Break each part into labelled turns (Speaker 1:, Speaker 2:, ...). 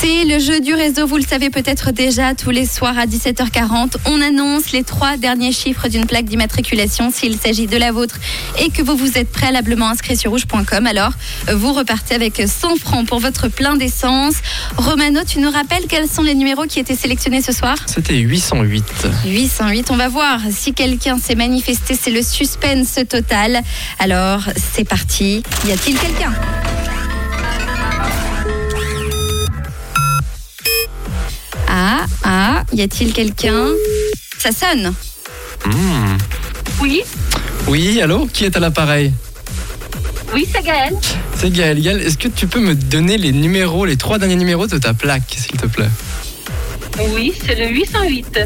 Speaker 1: C'est le jeu du réseau, vous le savez peut-être déjà, tous les soirs à 17h40, on annonce les trois derniers chiffres d'une plaque d'immatriculation s'il s'agit de la vôtre et que vous vous êtes préalablement inscrit sur rouge.com. Alors, vous repartez avec 100 francs pour votre plein d'essence. Romano, tu nous rappelles quels sont les numéros qui étaient sélectionnés ce soir
Speaker 2: C'était 808.
Speaker 1: 808, on va voir si quelqu'un s'est manifesté, c'est le suspense total. Alors, c'est parti, y a-t-il quelqu'un Ah, ah, y a-t-il quelqu'un Ça sonne.
Speaker 2: Hmm.
Speaker 3: Oui,
Speaker 2: Oui, allô Qui est à l'appareil
Speaker 3: oui, c'est Gaël.
Speaker 2: C'est Gaël. Gaël, est-ce que tu peux me donner les numéros, les trois derniers numéros de ta plaque, s'il te plaît
Speaker 3: Oui, c'est le 808.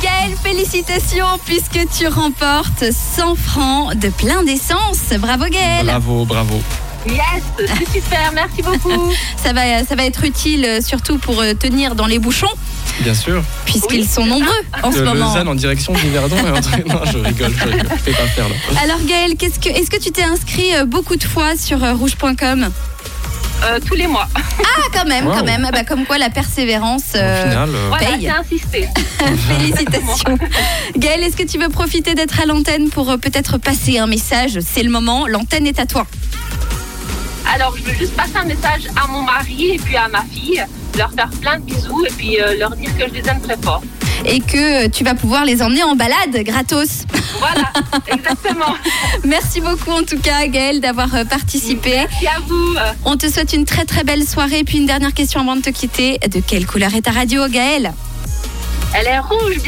Speaker 1: Gaël, félicitations puisque tu remportes 100 francs de plein d'essence. Bravo Gaël.
Speaker 2: Bravo, bravo.
Speaker 3: Yes, c'est super, merci beaucoup.
Speaker 1: Ça va, ça va être utile euh, surtout pour euh, tenir dans les bouchons
Speaker 2: Bien sûr.
Speaker 1: puisqu'ils
Speaker 3: Oui,
Speaker 1: sont nombreux en
Speaker 2: de
Speaker 1: ce moment.
Speaker 2: Lausanne en direction d'Yverdon et entrée- Non, je rigole, je rigole. Fais pas faire là.
Speaker 1: Alors Gaël, qu'est-ce que, est-ce que tu t'es inscrit euh, beaucoup de fois sur euh, rouge.com
Speaker 3: Euh, tous les mois.
Speaker 1: Ah quand même,
Speaker 2: Wow.
Speaker 1: quand même. Ah bah, comme quoi la persévérance. euh,
Speaker 2: Au final, euh,
Speaker 3: Voilà,
Speaker 1: Paye.
Speaker 3: j'ai insisté.
Speaker 1: Félicitations. Gaël, est-ce que tu veux profiter d'être à l'antenne pour euh, peut-être passer un message C'est le moment, l'antenne est à toi.
Speaker 3: Alors, je veux juste passer un message à mon mari et puis à ma fille, leur faire plein de bisous et puis euh, leur dire que je les aime très fort.
Speaker 1: Et que euh, tu vas pouvoir les emmener en balade gratos.
Speaker 3: Voilà, exactement.
Speaker 1: Merci beaucoup en tout cas Gaël d'avoir euh, participé.
Speaker 3: Merci à vous. Euh,
Speaker 1: On te souhaite une très très belle soirée. Et puis une dernière question avant de te quitter. De quelle couleur est ta radio Gaël
Speaker 3: Elle est rouge,